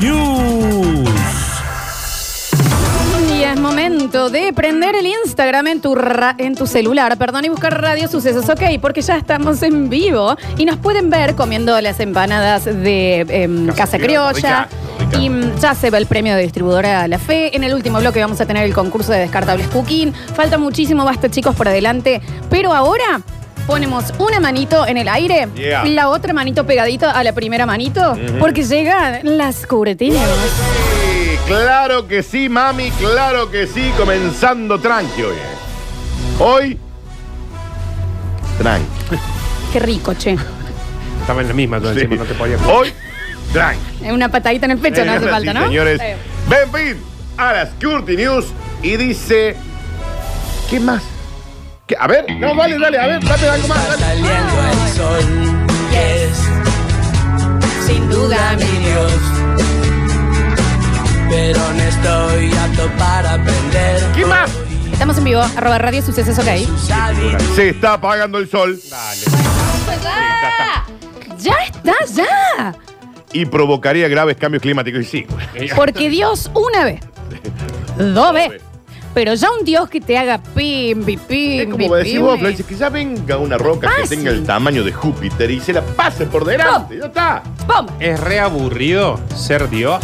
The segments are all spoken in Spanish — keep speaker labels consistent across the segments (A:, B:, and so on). A: News.
B: Y es momento de prender el Instagram en tu, ra- en tu celular, perdón, y buscar Radio Sucesos, ok, porque ya estamos en vivo y nos pueden ver comiendo las empanadas de em, Casa
C: Casa
B: Criolla.
C: Criolla, rica, rica.
B: Y mm, ya se va el premio de distribuidora a la fe. En el último bloque vamos a tener el concurso de descartables cooking. Falta muchísimo, basta chicos, por adelante. Pero ahora ponemos una manito en el aire,
C: Yeah.
B: la otra manito pegadita a la primera manito, porque llegan las curtinas.
C: Sí, claro que sí, mami, claro que sí, comenzando tranqui hoy. eh. Hoy, tranqui.
B: Qué rico, che.
D: Estaba en la misma, todo
C: Sí.
D: encima, no te podías.
C: Hoy, tranqui.
B: Eh, Una patadita en el pecho, no hace
C: Ahora
B: falta,
C: sí,
B: ¿no?
C: Señores,
B: Está bien.
C: Benvin a las Curti News y dice, ¿qué más? ¿Qué? A ver, no, dale, dale, a ver, dame algo más. dale.
E: saliendo el sol. Yes, sin duda mi Dios. Pero no estoy apto para aprender.
C: ¿Qué más?
B: Estamos en vivo, arroba Radio Sucesos, ok.
C: Se está apagando el sol
B: ¡Ya! ¡Ya está, ya!
C: y provocaría graves cambios climáticos. Y sí, güey.
B: Porque Dios una vez, dos veces, pero ya un Dios que te haga pim, pim,
C: Es
B: pim,
C: como
B: pim,
C: decís
B: pim,
C: vos,
B: eh.
C: Florencia, que ya venga una roca que
B: Fácil.
C: tenga el tamaño de Júpiter y se la pase por delante. Ya está.
B: ¡Pum!
D: Es re aburrido ser Dios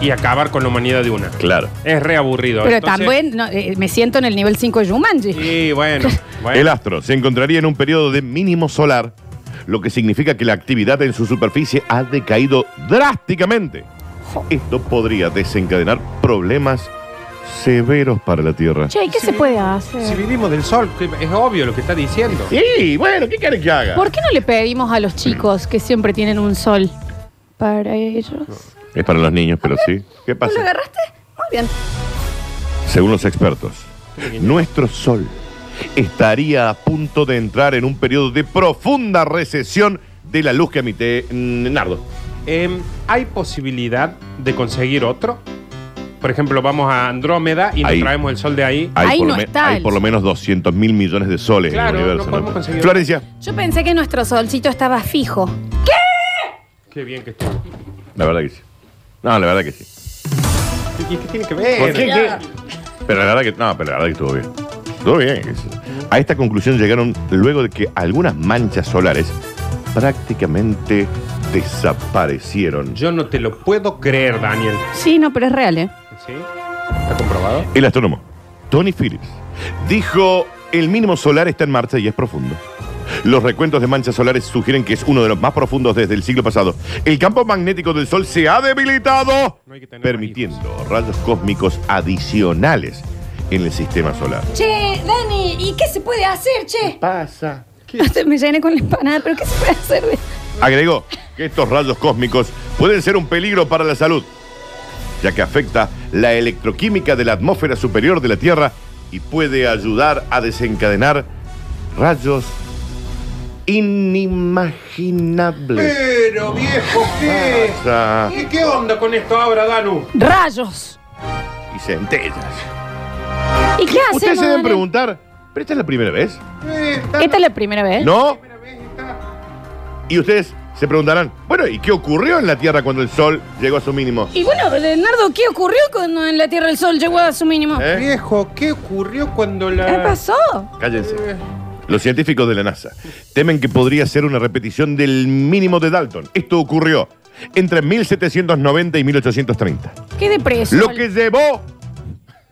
D: y acabar con la humanidad de una.
C: Claro.
D: Es re aburrido.
B: Pero
D: Entonces-
B: tan buen, no, eh, me siento en el nivel 5 de Jumanji.
D: Y bueno, bueno.
C: El astro se encontraría en un periodo de mínimo solar, lo que significa que la actividad en su superficie ha decaído drásticamente. Esto podría desencadenar problemas severos para la Tierra.
B: Che, ¿y qué
D: Si
B: se
D: vi-
B: puede hacer?
D: Si vivimos del sol, que es obvio lo que está diciendo.
C: Sí, bueno, ¿qué querés que haga?
B: ¿Por qué no le pedimos a los chicos que siempre tienen un sol para ellos?
C: Es para los niños, pero Ah, sí. ¿Qué
B: ¿Tú lo
C: pasa?
B: agarraste? Muy bien.
C: Según los expertos, nuestro Sol estaría a punto de entrar en un periodo de profunda recesión de la luz que emite mm, Nardo.
D: Em, ¿Hay posibilidad de conseguir otro? Por ejemplo, vamos a Andrómeda y
C: Ahí. Ah.
D: nos traemos el sol de ahí.
C: Hay,
B: Ahí
C: por,
B: no
C: lo me-
B: está
C: hay
B: el
C: por lo
B: sol.
C: menos 200 mil millones de soles
D: Claro,
C: en
D: no
C: el universo.
D: podemos conseguir-
C: Florencia,
B: Yo pensé que nuestro solcito estaba fijo.
D: Qué bien que estuvo.
C: la verdad que sí. No, la verdad que sí.
D: ¿Y y Eh, qué tiene que ver?
C: ¿Por qué? ¿Qué? Pero la verdad que no, pero la verdad que estuvo bien. Estuvo bien. qué sé yo. A esta conclusión llegaron luego de que algunas manchas solares prácticamente desaparecieron.
D: Yo no te lo puedo creer, Daniel.
B: Sí, no, pero es real, ¿eh?
D: ¿Sí? ¿Está comprobado?
C: El astrónomo Tony Phillips dijo, el mínimo solar está en marcha y es profundo. Los recuentos de manchas solares sugieren que es uno de los más profundos desde el siglo pasado. El campo magnético del Sol se ha debilitado,
D: No hay que tener
C: permitiendo rayos cósmicos adicionales en el sistema solar.
B: Che, Dani, ¿y qué se puede hacer, che?
C: Pasa.
B: Me llené con la empanada, pero ¿qué se puede hacer? de-
C: Agregó que estos rayos cósmicos pueden ser un peligro para la salud, ya que afecta la electroquímica de la atmósfera superior de la Tierra y puede ayudar a desencadenar rayos
D: Eh.
C: inimaginables.
D: Pero viejo, ¿qué?
C: O sea,
D: ¿Qué, qué onda con esto ahora, Danu?
B: ¡Rayos!
C: y centellas.
B: ¿Y qué hacemos?
C: Ustedes se deben
B: Dani?
C: preguntar, ¿pero esta es la primera vez?
B: Esta es la primera vez.
C: ¿No? Y ustedes se preguntarán, bueno, ¿y qué ocurrió en la Tierra cuando el Sol llegó a su mínimo?
B: Y bueno, Leonardo, ¿qué ocurrió cuando en la Tierra el Sol llegó a su mínimo?
C: ¿Eh?
D: Viejo, ¿qué ocurrió cuando la.
B: ¿Qué pasó?
C: Cállense. Los científicos de la NASA temen que podría ser una repetición del mínimo de Dalton. Esto ocurrió entre 1790 y 1830.
B: ¿Qué depresión?
C: Lo que llevó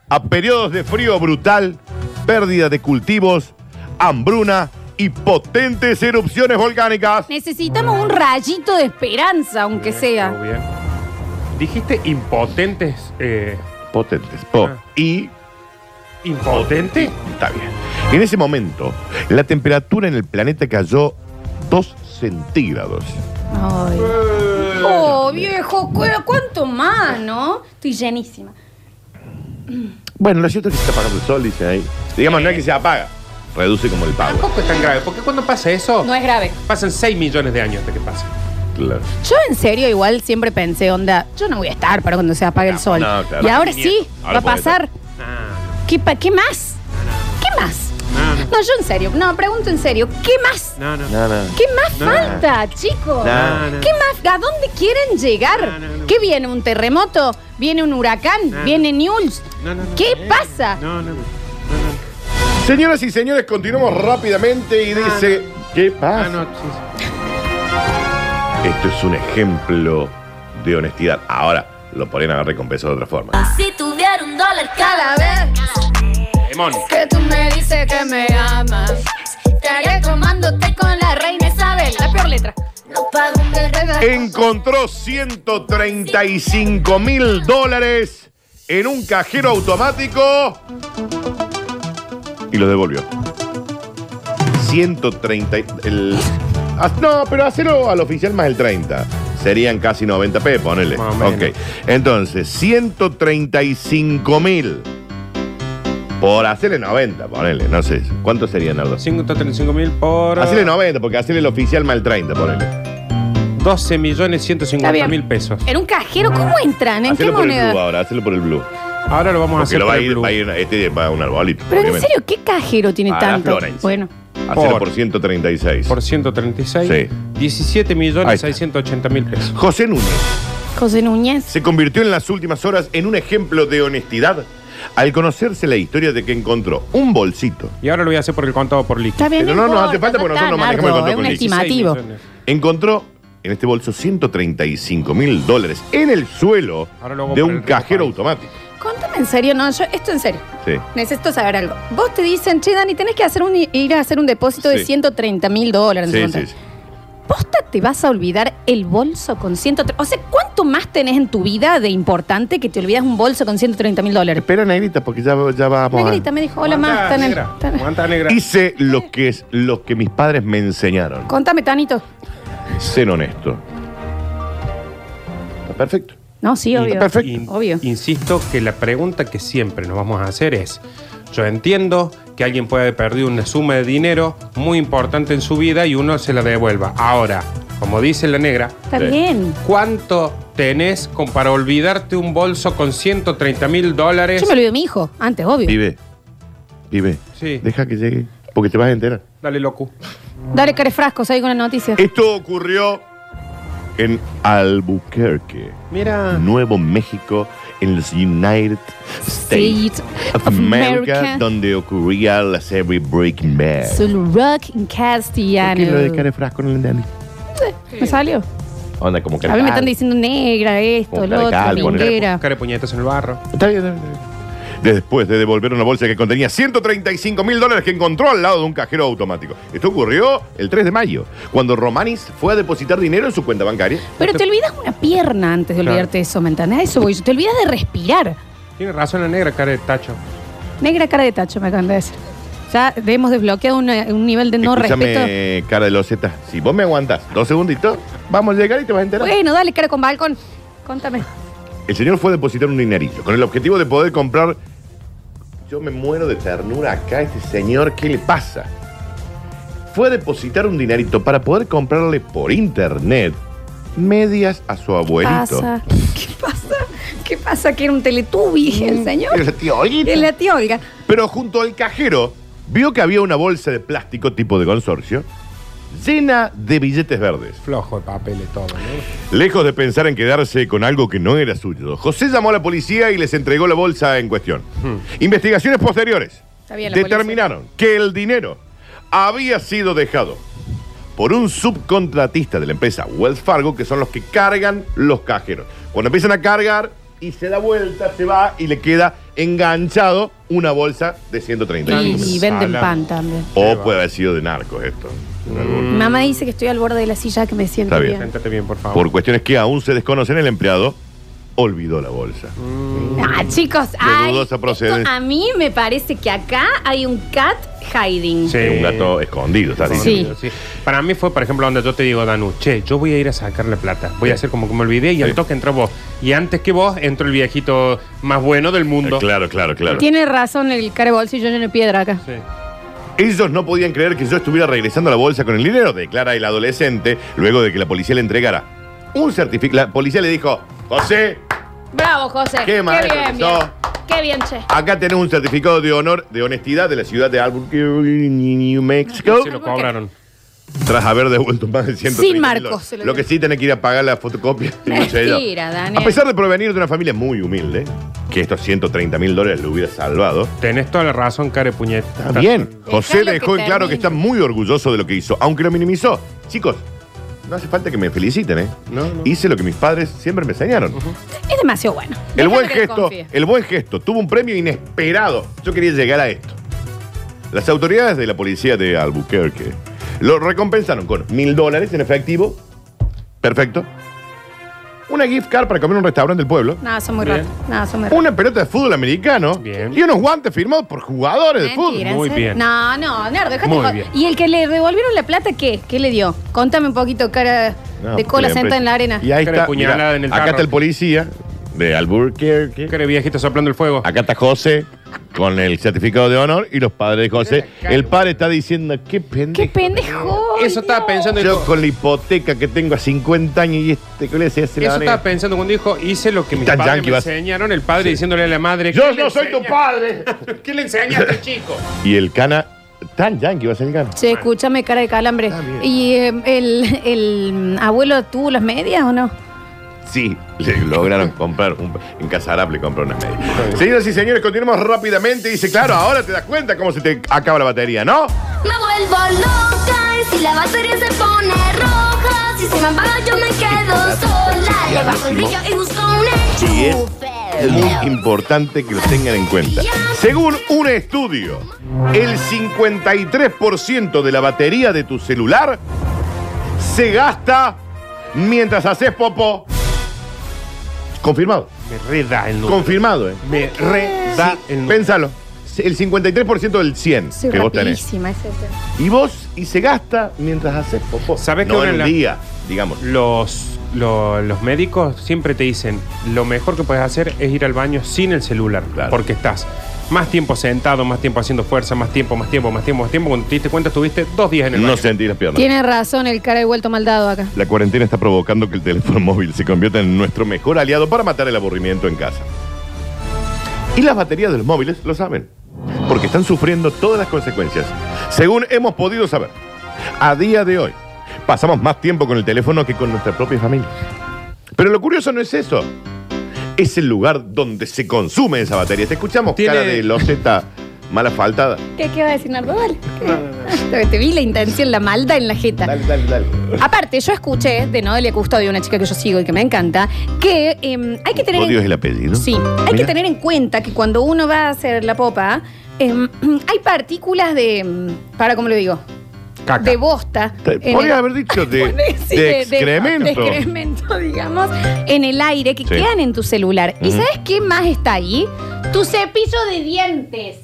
C: a periodos de frío brutal, pérdida de cultivos, hambruna y potentes erupciones volcánicas.
B: Necesitamos un rayito de esperanza, aunque sea.
D: Muy bien. Dijiste impotentes. Eh,
C: Potentes. po-
D: Ah.
C: Y
D: ¿Impotente?
C: Está bien. En ese momento, la temperatura en el planeta cayó 2 centígrados.
B: Ay.
D: Eh.
B: Oh, viejo, cu- ¿cuánto más, no? Estoy llenísima.
C: Bueno, lo cierto es que se está apagando el sol, dicen ahí. Digamos, no es que se apaga. reduce como el pago.
D: Tampoco es tan grave, porque cuando pasa eso,
B: No es grave.
D: pasan 6 millones de años hasta que pasa.
C: Claro.
B: Yo en serio igual siempre pensé, onda, yo no voy a estar para cuando se apague el sol.
C: no, claro.
B: y ahora sí, va
C: Ahora
B: a
C: puede
B: pasar.
D: Ah,
B: ¿Qué, pa- ¿Qué más? ¿Qué más?
D: no, no,
B: No, yo en serio, no, pregunto en serio, ¿qué más?
D: no, no.
C: No, no.
B: ¿Qué más
D: No.
B: falta, chicos?
D: No, no.
B: ¿Qué más? ¿A dónde quieren llegar?
D: No, no, no.
B: ¿Qué viene? ¿Un terremoto? ¿Viene un huracán?
D: No.
B: ¿Viene News?
D: No, no, no.
B: ¿Qué
D: Eh,
B: pasa?
D: No, no, no. No,
C: Señoras y señores, continuamos rápidamente y dice, ¿qué
D: no. Ah,
C: pasa?
D: no, sí,
C: Esto es un ejemplo de honestidad. Ahora lo ponen a la recompensa de otra forma.
F: Si tuviera un dólar
B: Cada
F: cada
B: vez
D: sí. Demón.
B: que tú me dices que me amas, estaré tomándote con la reina Isabel. La peor letra.
F: no pago un
C: Encontró 135 mil dólares en un cajero automático y lo devolvió. 130. y- El, Ah, no, pero hacerlo al oficial más el 30. Serían casi 90 p, ponele.
D: Más o menos.
C: Ok. Entonces, 135 mil por hacerle 90, ponele. No sé. ¿Cuánto serían, Nardo?
D: 535 mil por.
C: Hacerle 90, porque hacerle el oficial más el 30, ponele.
D: 12 millones 150 mil pesos.
B: En un cajero, ¿cómo entran? ¿En qué
C: Hacelo por el blue
B: moneda?
C: ahora, hacelo por el blue.
D: Ahora lo vamos a
C: Porque
D: hacer.
C: lo va a
D: por el
C: ir,
D: Blue.
C: va a ir, este va a un arbolito.
B: Pero en
C: obviamente.
B: serio, ¿qué cajero tiene
C: Para
B: tanto?
C: Florence.
B: Bueno,
C: Hacerlo por,
D: Por-
C: 136.
D: Por 136.
C: Sí.
D: 17
C: Ahí
D: millones
C: está.
D: 680 mil pesos.
C: José Núñez
B: José Núñez.
C: se convirtió en las últimas horas en un ejemplo de honestidad al conocerse la historia de que encontró un bolsito.
D: Y ahora lo voy a hacer por el contado por líquido.
B: Está bien,
C: Pero no nos
B: importa,
C: hace falta porque
B: está,
C: nosotros no manejamos el
B: Nardo,
C: control
B: Es un
C: con Liz.
D: 16
B: estimativo.
D: millones.
C: Encontró en este bolso 135 mil dólares en el suelo
D: Ahora lo hago
C: de
D: por
C: un
D: el otro
C: cajero
D: país.
C: automático.
B: Contame en serio, no, yo, esto en serio.
C: Sí.
B: Necesito saber algo. Vos te dicen, che, Dani, tenés que hacer un, ir a hacer un depósito de
C: Sí.
B: 130 mil dólares.
C: Sí,
B: no sé cuánto.
C: sí, sí.
B: ¿Posta te vas a olvidar el bolso con 130? O sea, ¿cuánto más tenés en tu vida de importante que te olvidas un bolso con 130 mil dólares?
C: Espera, Negrita, porque ya, ya vamos. a-
B: Negrita me dijo, hola,
D: Aguanta,
B: más, están en-
D: negra.
B: están-
D: Aguanta, negra.
C: Hice lo que, es, lo que mis padres me enseñaron.
B: Contame, Tanito.
C: Ser honesto. Está perfecto.
B: No, sí, obvio.
C: Perfecto.
D: In-
B: Obvio.
D: Insisto que la pregunta que siempre nos vamos a hacer es, yo entiendo que alguien puede haber perdido una suma de dinero muy importante en su vida y uno se la devuelva. Ahora, como dice la negra,
B: Está
C: Sí.
B: bien.
D: ¿cuánto tenés con- para olvidarte un bolso con 130 mil dólares?
B: Yo me olvidé de mi hijo, antes, obvio.
C: Vive. Vive.
D: Sí.
C: Deja que llegue. Porque te vas a enterar.
D: Dale, loco.
B: Dale care frascos ahí con la noticia.
C: Esto ocurrió en Albuquerque,
D: Mira.
C: Nuevo México, en los United States
B: State of
C: of America,
B: America.
C: donde ocurría la serie Breaking Bad.
B: Soul rock en castellano.
C: ¿Qué es lo de cara de frasco no lo entendí?
B: ¿Me salió?
C: Onda como cara
B: A mí me
C: de
B: están
C: cal.
B: diciendo negra, esto,
C: Como
B: lo otro,
C: radical, ponele.
B: minguera.
D: Cara de puñetas en el barro.
C: Está bien, está bien, está bien. Después de devolver una bolsa que contenía 135 mil dólares que encontró al lado de un cajero automático. Esto ocurrió el 3 de mayo, cuando Romanis fue a depositar dinero en su cuenta bancaria.
B: Pero te olvidas una pierna antes de
D: Claro.
B: olvidarte de eso, ¿me entendés? A Eso voy yo. Te olvidas de respirar.
D: Tiene razón la negra, cara de tacho.
B: Negra cara de tacho, me acaban de decir. Ya hemos desbloqueado una- un nivel de no
C: Escúchame,
B: respeto.
C: cara de loseta. Si vos me aguantás dos segunditos, vamos a llegar y te vas a enterar.
B: Bueno, dale cara con balcón. Contame.
C: El señor fue a depositar un dinerillo con el objetivo de poder comprar. Yo me muero de ternura acá, este señor, ¿qué le pasa? Fue a depositar un dinerito para poder comprarle por internet medias a su
B: ¿Qué
C: abuelito.
B: pasa? ¿Qué pasa? ¿Qué pasa? Que era un teletubi el señor.
C: Mm, Era tío Olguita.
B: Es la tía Olga.
C: Pero junto al cajero vio que había una bolsa de plástico tipo de consorcio llena de billetes verdes.
D: Flojo de papel y todo, ¿no?
C: Lejos de pensar en quedarse con algo que no era suyo, José llamó a la policía y les entregó la bolsa en cuestión. Investigaciones posteriores
B: Está bien, la
C: determinaron que el dinero había sido dejado por un subcontratista de la empresa Wells Fargo, que son los que cargan los cajeros. Cuando empiezan a cargar y se da vuelta, se va y le queda enganchado una bolsa de 130
D: Tanto
B: Y,
D: que
B: venden
D: sala.
B: pan también.
C: O puede haber sido de narcos esto. en algún-
B: Mi mamá dice que estoy al borde de la silla que me siento
C: Está bien.
B: bien.
D: Séntate bien, por favor.
C: Por cuestiones que aún se desconocen, el empleado olvidó la bolsa.
B: Ah, chicos, ay,
C: dudosa procedencia.
B: esto a mí me parece que acá hay un cat hiding.
D: Sí.
C: Es un gato escondido, está
D: Sí.
C: diciendo.
D: Sí. Para mí fue, por ejemplo, donde yo te digo, Danu, che, yo voy a ir a sacar la plata. Voy a hacer como que me olvidé y
C: Sí.
D: al toque entró vos. Y antes que vos, entró el viejito más bueno del
C: Eh,
D: mundo.
C: Claro, claro, claro.
B: Tiene razón el cara de bolsillo lleno de piedra acá.
D: Sí.
C: Ellos no podían creer que yo estuviera regresando a la bolsa con el dinero, declara el adolescente, luego de que la policía le entregara un certificado. La policía le dijo, José,
B: Bravo, José.
C: Qué mal,
B: bien,
C: profesor.
B: bien. Qué bien, che.
C: acá tenés un certificado de honor, de honestidad de la ciudad de Albuquerque, New Mexico.
D: Se lo
B: ¿Por qué?
D: cobraron.
C: Tras haber devuelto más de 130
B: Sin marcos,
C: dólares.
B: se lo
C: Lo, que
B: llevo.
C: sí tenés que ir a pagar la fotocopia.
B: Mentira,
C: Y yo,
B: Daniel.
C: A pesar de provenir de una familia muy humilde, que estos 130 mil dólares lo hubiera salvado,
D: Tenés toda la razón, care puñet.
C: también José
B: Dejalo
C: dejó
B: que
C: en claro que está
B: termine.
C: muy orgulloso de lo que hizo, aunque lo minimizó. Chicos, no hace falta que me feliciten, ¿eh?
D: No, no.
C: Hice lo que mis padres siempre me enseñaron.
B: Es demasiado bueno.
C: El
B: Déjame
C: buen
B: que
C: gesto,
B: desconfíe.
C: el buen gesto, tuvo un premio inesperado. Yo quería llegar a esto. Las autoridades de la policía de Albuquerque lo recompensaron con mil dólares en efectivo. Perfecto. Una gift card para comer en un restaurante del pueblo.
B: No, son muy
D: Bien.
B: rotos. No, son muy rotos.
C: Una pelota de fútbol americano.
D: Bien.
C: Y unos guantes firmados por jugadores de
B: Mentira,
C: fútbol.
B: ¿en
D: Muy
B: serio?
D: bien.
B: No, no, Nardo, déjate
D: Muy
B: joder.
D: bien.
B: ¿Y el que le devolvieron la plata qué? ¿Qué le dio? Contame un poquito, cara
C: No,
B: de cola
C: la
B: sentada
C: empresa.
B: en la arena.
C: Y ahí
D: Cara
C: está.
D: apuñalada
C: mirá,
D: en el
C: acá
D: tarro.
C: está el policía de Albuquerque.
D: Care viejito soplando el fuego.
C: Acá está José con el certificado de honor y los padres de José. El padre está diciendo,
B: ¡Qué
C: qué pendejo.
B: pendejo!
D: Eso estaba
B: Dios!
D: pensando. el-
C: Yo con la hipoteca que tengo a 50 años y este que le decía se la
D: Eso
C: banea.
D: estaba pensando cuando dijo, hice lo que mis
C: Tan
D: padres
C: yankee
D: me
C: vas.
D: enseñaron, el padre diciéndole a la madre.
C: Yo
D: "¿Qué le
C: no soy tu
D: enseña-
C: padre.
D: ¿Qué le enseñaste, chico?
C: Y el cana, tan yankee va a ser el cana.
B: Che, escúchame, cara de calambre. ¿Y eh, el, el abuelo tuvo las medias o no?
C: Sí, le lograron comprar un, en Casarap le compró una media. Señoras y señores, continuamos rápidamente. Dice, claro, ahora te das cuenta cómo se te acaba la batería, ¿no?
F: Me vuelvo loca y si la batería se pone roja, si se me apaga yo me quedo sola. Le bajo el brillo y busco un
C: Y es muy
F: enchufe.
C: importante que lo tengan en cuenta. Según un estudio, el 53% de la batería de tu celular se gasta mientras haces popo. Confirmado.
D: Me reda el número.
C: Confirmado, ¿eh?
D: Me reda el número.
C: Pensalo. El 53% del 100
B: Soy
C: que vos tenés.
B: rapidísima, este. ese
C: Y vos, y se gasta mientras haces popó.
D: ¿Sabés que
C: no
D: una
C: en
D: de
C: un
D: las-
C: día, digamos.
D: Los, lo- los médicos siempre te dicen, lo mejor que puedes hacer es ir al baño sin el celular,
C: Claro.
D: porque estás más tiempo sentado, más tiempo haciendo fuerza, más tiempo, más tiempo, más tiempo, más tiempo. Cuando te diste cuenta, estuviste dos días en el
C: No
D: baño.
C: sentís las piernas.
B: Tiene razón el cara de vuelto maldado acá.
C: La cuarentena está provocando que el teléfono móvil se convierta en nuestro mejor aliado para matar el aburrimiento en casa. Y las baterías de los móviles lo saben, porque están sufriendo todas las consecuencias. Según hemos podido saber, a día de hoy pasamos más tiempo con el teléfono que con nuestra propia familia. Pero lo curioso no es eso. Es el lugar donde se consume esa batería. Te escuchamos,
D: Tiene-
C: cara de loseta mala faltada.
B: ¿Qué, qué va a decir Nardo? Dale. Te vi la intención, la maldad en la jeta.
C: dale, dale.
B: Aparte, yo escuché de Noelia Custodio, una chica que yo sigo y que me encanta, que em, hay que tener. en-
C: Odio es el apellido.
B: Sí, hay que
C: Mira.
B: tener en cuenta que cuando uno va a hacer la popa, em, hay partículas de. em, Para, ¿cómo lo digo?
D: Caca.
B: De bosta.
C: Te-
B: en
C: Podrías
B: el-
C: haber dicho de,
B: Bueno, sí,
C: de
B: de- de-
C: excremento.
B: de excremento, digamos, en el aire que
C: Sí.
B: quedan en tu celular. ¿Y
C: Ujú.
B: sabes qué más está ahí? Tu cepillo de dientes.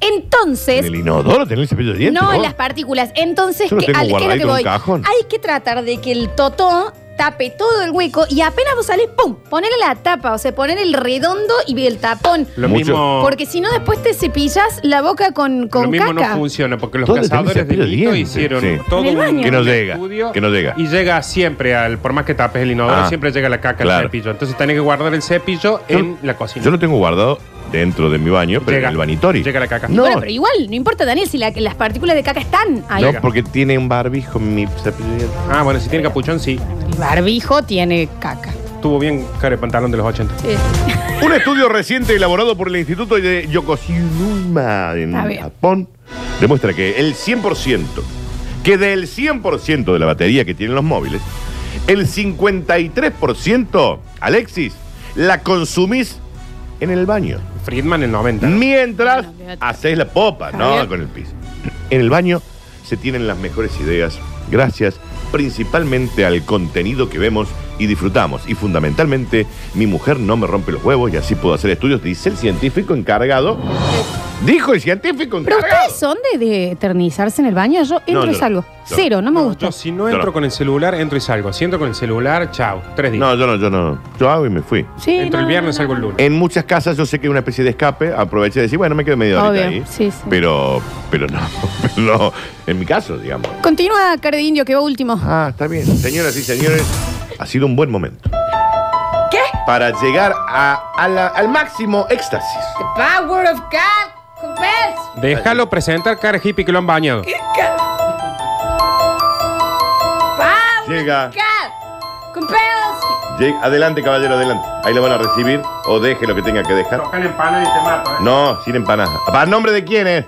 B: Entonces,
C: ¿En el inodoro tenés el cepillo de dientes?
B: no
C: vos?
B: las partículas. Entonces,
C: Yo lo
B: ¿qué-
C: tengo
B: al- ¿qué es lo
C: guardadito
B: que
C: en un
B: voy?
C: cajón.
B: Hay que tratar de que el totó tape todo el hueco y apenas vos salís, ¡pum! Ponerle la tapa, o sea, poner el redondo y el tapón.
D: Lo
C: Mucho.
D: mismo,
B: Porque si no, después te cepillas la boca con,
D: lo
B: con
D: mismo
B: caca.
D: no funciona, porque los
C: ¿Dónde tenés
D: cazadores de
C: cepillo de
D: Quito
C: dientes?
D: hicieron
C: Sí.
D: todo
B: En el baño.
D: un
C: Que no llega,
D: estudio
C: que no llega.
D: Y llega siempre, al, por más que tapes el inodoro,
C: Ah,
D: siempre llega la caca
C: claro.
D: al cepillo. Entonces tenés que guardar el cepillo en la cocina.
C: Yo lo tengo guardado dentro de mi baño, pero
D: Llega.
C: en el vanitori.
D: Llega la caca.
C: No,
B: Bueno, pero igual, no importa, Daniel, si la- las partículas de caca están ahí.
C: no porque tiene un barbijo mi cepillo de dientes.
D: Ah, bueno, si tiene capuchón, sí.
B: El barbijo tiene caca.
D: Estuvo bien cara de pantalón de los 80.
B: Sí.
C: Un estudio reciente elaborado por el Instituto de Yokosunuma en
B: Está bien.
C: Japón demuestra que el 100%, que del 100% de la batería que tienen los móviles, el 53%, Alexis, la consumís en el baño.
D: Friedman el 90.
C: Mientras
B: Bueno, fíjate.
C: haces la popa,
B: Javier.
C: no con el piso. En el baño se tienen las mejores ideas, gracias principalmente al contenido que vemos y disfrutamos. Y fundamentalmente, mi mujer no me rompe los huevos y así puedo hacer estudios, dice el científico encargado Dijo el científico
B: Pero
C: encargado.
B: ustedes son de, de eternizarse en el baño. Yo entro
C: No, yo
B: y
C: no.
B: salgo.
C: Yo
B: Cero, no me gusta.
D: Yo si no
C: Yo
D: entro
C: no.
D: con el celular, entro y salgo. Si entro con el celular, chao. Tres días.
C: No, yo no, yo no. Yo hago y me fui.
B: Sí,
D: entro el
B: no,
D: viernes,
B: no, no.
D: salgo el lunes.
C: En muchas casas yo sé que hay una especie de escape, aproveché de decir, bueno, me quedo medio horita
B: Obvio,
C: ahí.
B: sí, sí.
C: Pero, pero no, pero no, en mi caso, digamos.
B: Continúa, Cardinio, que va último.
C: Ah, está bien. Señoras y señores, ha sido un buen momento.
B: ¿Qué?
C: Para llegar a- a la- al máximo éxtasis.
B: Power of God.
D: Déjalo presentar cara hippie que lo han bañado.
C: Llega. Llega- Adelante, caballero, adelante. Ahí lo van a recibir o deje lo que tenga que dejar.
D: Tocan en pana y te mato,
C: No, sin empanadas. ¿Para nombre de quién es?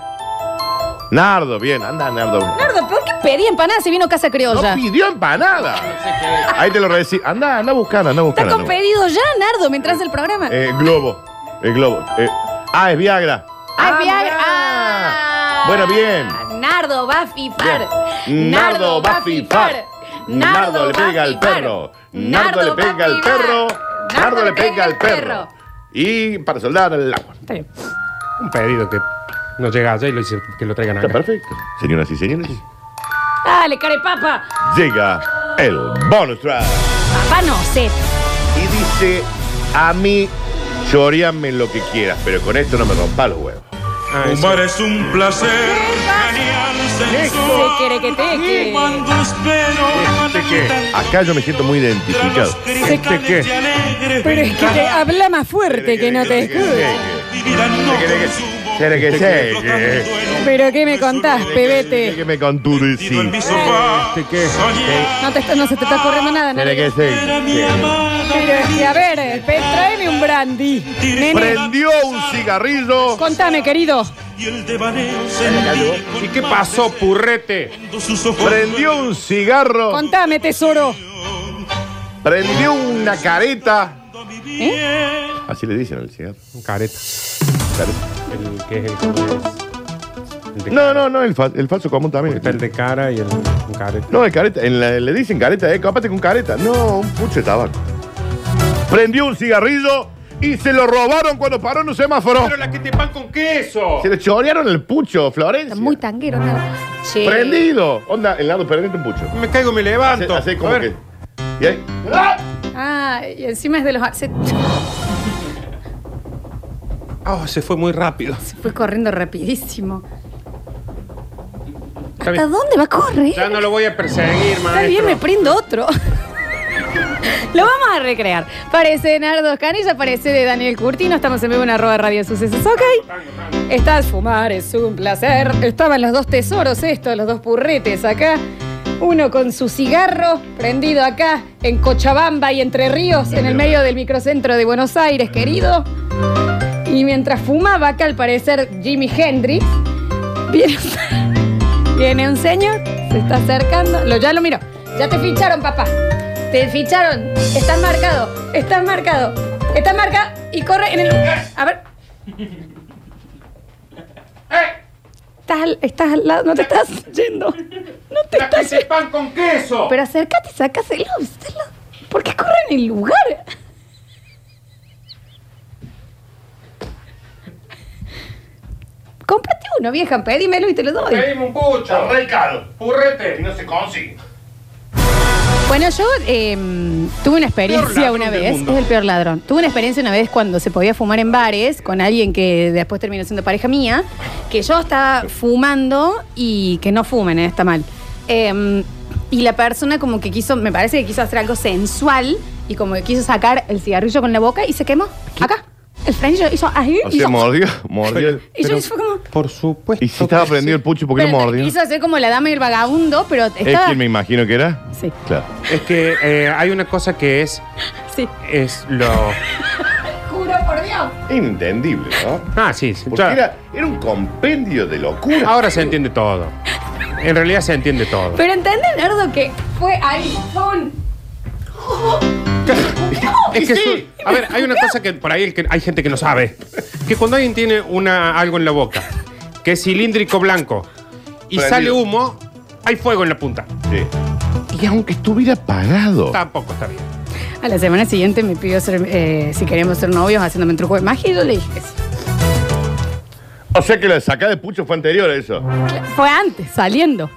C: Nardo, bien, anda, Nardo.
B: Nardo, ¿por qué pedí empanada si vino Casa
C: No
B: Criolla?
C: pidió empanadas. Ahí te lo recibo. Anda, anda buscando, anda
B: Está
C: buscando.
B: con pedido ya, Nardo, mientras el programa.
C: Eh, globo. El globo. Eh, ah, es Viagra.
B: ¡Ay, Viagra!
C: mirá.
B: Ah.
C: Bueno, bien.
B: Nardo va a fifar.
C: Bien. Nardo va a fifar. Nardo le
B: va a
C: pega al
B: fifar.
C: perro. Nardo le
B: va a
C: pega al
B: fifar.
C: perro. Nardo le pega al perro. Y para soldar el agua.
B: Está bien.
D: Un pedido que no llega allá y lo hice que lo traigan
C: Está
D: acá.
C: perfecto. Señoras y señores,
B: Dale, carepapa.
C: llega el bonus track.
B: Papá no sé.
C: Y dice, a mí, choreame lo que quieras, pero con esto no me rompa los huevos.
D: Ah, eso.
G: Fumar es un placer genial, sensual.
B: Se quiere que te
G: Y cuando espero
D: ¿Este qué?
C: Acá yo me siento muy
G: entran los
C: identificado.
G: cristales
D: qué?
G: de alegres
B: Este Pero es que te
G: ventanas.
B: habla más fuerte que no te escudo.
G: Dirán, no consumo,
C: Quiere que
G: flotando
C: llegue.
G: duelo,
B: Pero qué me contás,
C: Quiere
B: pebete.
C: que me conture,
G: tiro en
C: sí.
G: mi sofá,
D: ¿Este qué?
G: soñar,
B: No, te está- no se te está ocurriendo nada,
C: Quiere
B: Nardo.
C: que
G: ver a
C: se.
G: mi amada
B: Pero es que, a ver, pe- tráeme un brandy. Nene,
C: Prendió un cigarrillo.
B: contame, querido.
G: y el devaneo sentí
D: ¿Y qué pasó, purrete?
G: cuando sus ojos
C: Prendió un cigarro.
B: Contame, tesoro.
C: Prendió una careta. Así le dicen al cigarro.
D: Un careta.
C: Careta.
D: El que es el el de
C: No,
D: cara.
C: no, no, el, fa- el falso común
D: Porque
C: también.
D: Está el de cara y el un careta.
C: No, el careta. en la- le dicen careta, eh. Cápate con careta. No, un pucho de tabaco. Prendió un cigarrillo y se lo robaron cuando paró en un semáforo.
D: la que te pan con queso.
C: Se le chorearon el pucho, Florencia.
B: Está muy tanguero, Nardo. Che.
C: Prendido. Onda, el lado, prendete un pucho.
D: Me caigo, me
C: Hace-
D: levanto.
C: hace como
D: A
C: que.
D: ver.
C: Y ahí. ¡Ah!
B: Ah, y encima es de los... Se,
D: Ah, se fue muy rápido.
B: se fue corriendo rapidísimo.
D: Está
B: ¿A
D: bien.
B: dónde va a correr?
D: Ya no lo voy a perseguir, maestro.
B: Está bien, me prendo otro. Lo vamos a recrear. Parece de Nardo Canilla, parece de Daniel Curtino. Estamos en vivo en arroba Radio Sucesos, ¿ok? Estás fumar, es un placer. Estaban los dos tesoros estos, los dos purretes acá. Uno con su cigarro prendido acá en Cochabamba y Entre Ríos, en el medio del microcentro de Buenos Aires, querido. Y mientras fumaba acá, al parecer, Jimi Hendrix, viene, viene un señor, se está acercando, lo, ya lo miró. Ya te ficharon, papá. Te ficharon. Estás marcado, estás marcado, estás marcado. Y corre en el... A ver. Estás al, estás al lado, no te estás yendo. No te
D: La que
B: estás
D: te
B: yendo.
D: pan con queso.
B: Pero acércate y sacáselo. sacáselo. ¿Por qué corre en el lugar? Cómprate uno, vieja, pedímelo y te lo doy.
D: Pedime un pucho.
C: re caro.
D: Purrete.
C: No se consigue.
B: Bueno, yo eh, tuve una experiencia
D: Peor ladrón
B: una
D: del
B: vez, es
D: mundo.
B: el peor ladrón. Tuve una experiencia una vez cuando se podía fumar en bares con alguien que después terminó siendo pareja mía, que yo estaba fumando y que no fumen, eh, está mal. Eh, y la persona como que quiso, me parece que quiso hacer algo sensual y como que quiso sacar el cigarrillo con la boca y se quemó. Acá. El frenillo hizo ahí.
C: O
B: hizo-
C: sea, mordió, mordió. el-
B: y yo fue como...
D: Por supuesto.
C: Y si estaba prendido el pucho, ¿por qué lo
B: pero
C: mordió?
B: Quiso hacer como la dama y el vagabundo, pero
C: ¿Es
B: estaba...
C: quien me imagino que era?
B: Sí,
C: Claro.
D: Es que eh, hay una cosa que es.
B: sí.
D: Es lo.
B: Juro por Dios.
C: Inentendible, ¿no?
D: Ah, sí. sí,
C: Porque
D: ya.
C: era, era un compendio de locura.
D: Ahora se entiende todo. En realidad se entiende todo.
B: Pero entiende, Nardo, que fue ahí, fue un...
D: Es que
C: sí.
D: su- a ver, hay una cosa que por ahí el que- hay gente que no sabe. Que cuando alguien tiene una, algo en la boca, que es cilíndrico blanco, y
C: Prendido.
D: sale humo, hay fuego en la punta.
C: Sí. Y aunque estuviera parado.
D: Tampoco está bien.
B: A la semana siguiente me pidió ser, eh, si queríamos ser novios haciéndome un truco de magia y yo le dije que sí.
C: O sea que la sacada de pucho fue anterior a eso.
B: Fue antes, saliendo.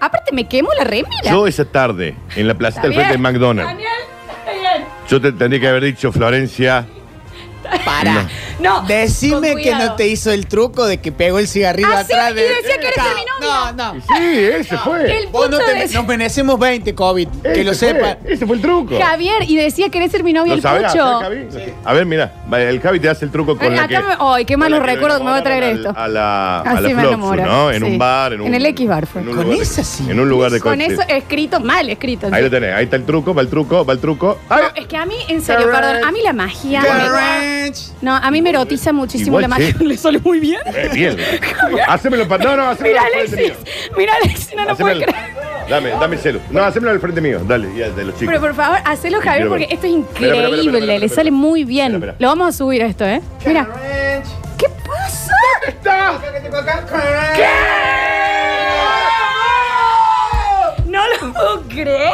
B: Aparte, me quemo la remera.
C: Yo esa tarde, en la placita
B: Está
C: del frente de
B: bien,
C: McDonald's,
B: Daniel, está bien.
C: yo te tendría que haber dicho, Florencia,
B: Para. No.
H: Decime
B: con
H: que
B: cuidado.
H: no te hizo el truco de que pegó el cigarrillo
B: Así,
H: atrás
B: y
H: de.
B: decía que eres de mi novia.
H: No, no.
C: Sí, ese fue.
B: El
H: Vos
B: punto
H: no te-
B: de-
H: nos merecemos 20, COVID.
C: Ese
H: Que lo
C: fue,
H: sepan.
C: Ese fue el truco.
B: Javier, y decía que eres ser mi novio
C: ¿Lo
B: el
C: sabés hacer,
B: pucho.
C: Javi? A ver, mira, el Javi te hace el truco con
B: Ay,
C: la que...
B: acá me- ay, qué
C: con
B: malos
C: la que lo
B: recuerdos que me va a traer
C: enamoraron al- A la, a
B: Así
C: la
B: me
C: Floxu,
B: enamora,
C: ¿no? En
B: sí.
C: un bar, en un...
B: En el X bar fue.
C: en un
H: Con
C: lugar de-
H: esa sí.
C: En un lugar de...
B: Con
C: coche.
B: eso escrito, mal escrito.
C: Ahí lo tenés, ahí está el truco, va el truco, va el truco. ¡Ay!
B: No, es que a mí, en serio,
H: Correct.
B: perdón, a mí la magia.
H: Garage.
B: No, a mí me erotiza muchísimo
C: Igual
B: la magia.
C: sí.
B: Le sale muy bien.
C: Eh, bien. Hacémelo para... No, no, hacémelo
B: Mira,
C: al frente
B: Alexis.
C: mío.
B: Mira, Alexis, no lo
C: Hacémelo
B: puedo
C: al-
B: creer.
C: Dame, dame el celu. No, hacémelo al frente mío. Dale, ya, de los chicos.
B: Pero por favor, hacelo, Javier,
C: Quiero ver.
B: porque esto es
C: Espera, espera, espera, espera,
B: increíble. Le
C: espera.
B: sale muy bien.
C: Espera,
B: Lo
C: espera.
B: vamos a subir a esto, ¿eh? Mira.
H: Garage.
B: ¿Qué pasa?
H: Acá que tengo acá. Garage.
C: ¡Eh!
B: No lo puedo creer.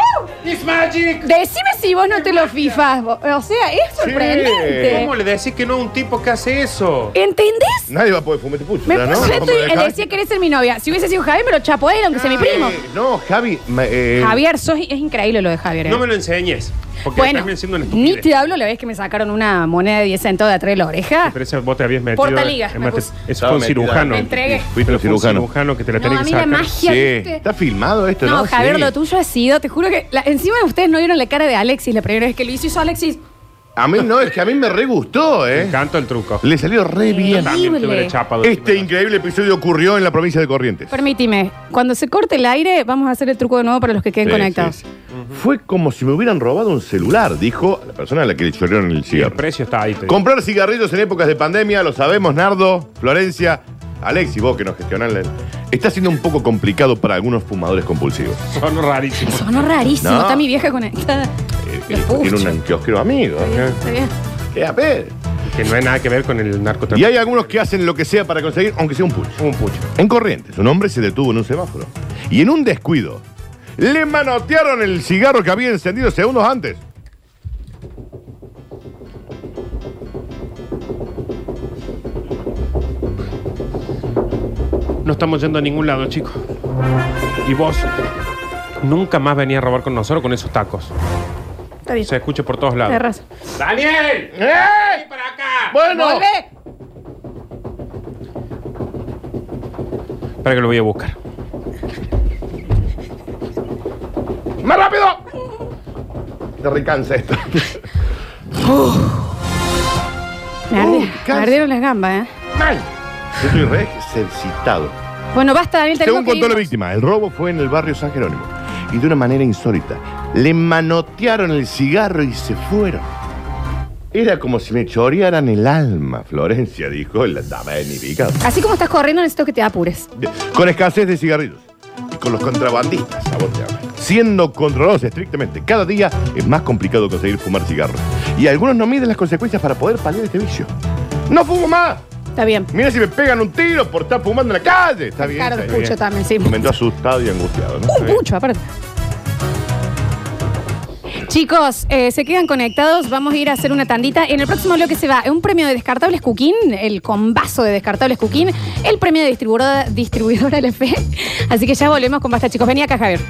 H: It's magic.
B: Decime si vos no te lo fifas. vos. O sea, es sorprendente.
D: ¿Cómo le decís que no a un tipo que hace eso?
B: ¿Entendés?
C: Nadie va a poder fumar este pucho,
B: Me
C: ya, ¿no?
B: puso esto
C: Vamos a
B: y él
C: dejar-
B: decía que eres ser mi novia. Si hubiese sido Javier, me lo chapo a él, aunque sea mi primo.
C: Eh, no, Javi. ma- eh,
B: Javier, sos, es increíble lo de Javier. ¿eh?
D: No me lo enseñes. Porque
B: bueno,
D: también siendo un
B: ni
D: estupidez.
B: te hablo la vez que me sacaron una moneda de 10 centavos de atrás de la oreja.
D: Pero ese vos te habías metido.
B: Portaligas,
D: en
B: me
D: mate-
B: puse.
D: Eso fue un
C: Estaba
D: cirujano.
C: metida.
B: Me entregué.
C: Fuiste
D: Pero
C: un
D: fue un
C: cirujano.
D: cirujano que te la
B: No,
D: tenés
B: a
D: que
B: mí la
D: sacar.
B: magia,
C: Sí,
B: ¿viste?
C: está filmado esto, ¿no?
B: No, Javier,
C: Sí.
B: lo tuyo ha sido, te juro que la- encima de ustedes no vieron la cara de Alexis la primera vez que lo hizo, hizo Alexis.
C: A mí no, es que a mí me re gustó,
D: Me
C: ¿eh?
D: encanta el truco.
C: Le salió re bien.
D: También te
B: Horrible.
D: hubiera chapado.
C: Este
D: Primero.
C: increíble episodio ocurrió en la provincia de Corrientes.
B: Permíteme, cuando se corte el aire, vamos a hacer el truco de nuevo para los que queden
C: Sí,
B: conectados.
C: sí, sí. Fue como si me hubieran robado un celular, dijo la persona a la que le chorearon el
D: Y el
C: cigarro.
D: precio está ahí. te digo.
C: Comprar cigarrillos en épocas de pandemia, lo sabemos, Nardo, Florencia, Alexis, vos que nos gestionan. la- Está siendo un poco complicado para algunos fumadores compulsivos.
D: Son rarísimos.
B: Sonó rarísimo,
C: No.
B: está mi vieja conectada.
C: Eh,
B: Los
C: eh,
B: puchos.
C: tiene un kiosquero amigo. ¿eh?
B: Está bien.
C: Eh, a ver.
D: Que no hay nada que ver con el
C: Y
D: narcotráfico.
C: hay algunos que hacen lo que sea para conseguir, aunque sea un pucho.
D: Un pucho.
C: En Corrientes, un hombre se detuvo en un semáforo y en un descuido le manotearon el cigarro que había encendido segundos antes.
D: No estamos yendo a ningún lado, chicos. Y vos nunca más venías a robar con nosotros con esos tacos.
B: Está bien.
D: Se escucha por todos lados.
B: Tenés razón.
D: ¡Daniel!
C: ¡Eh!
D: ¡Para acá!
C: Bueno,
B: ¡Volvé!
D: Para que lo voy a buscar.
C: más rápido. Te recansa esto.
B: Me,
C: Uh,
B: arde-
C: casi.
B: me ardieron las gambas, ¿eh?
C: Mal. Yo estoy re excitado.
B: Bueno, basta, Daniel, tenemos
C: Según
B: que
C: contó la
B: irnos.
C: víctima, el robo fue en el barrio San Jerónimo y de una manera insólita le manotearon el cigarro y se fueron. Era como si me chorearan el alma, Florencia, dijo la dama de mi picado.
B: Así como estás corriendo, necesito que te apures.
C: Con escasez de cigarrillos y con los contrabandistas, a vos te hablo. Siendo controlados estrictamente, cada día es más complicado conseguir fumar cigarros. Y algunos no miden las consecuencias para poder paliar este vicio. ¡No fumo más!
B: Está bien.
C: Mira si me pegan un tiro por estar fumando en la calle. Está bien.
B: Claro,
C: está
B: pucho
C: bien.
B: también, sí.
C: Comentó asustado y angustiado, ¿no?
B: Un pucho, aparte. Chicos, eh, se quedan conectados. Vamos a ir a hacer una tandita. En el próximo bloque se va un premio de descartables cooking, el combazo de descartables cooking, el premio de distribuidora, distribuidora LF. Así que ya volvemos con basta, chicos. Vení acá, Javier.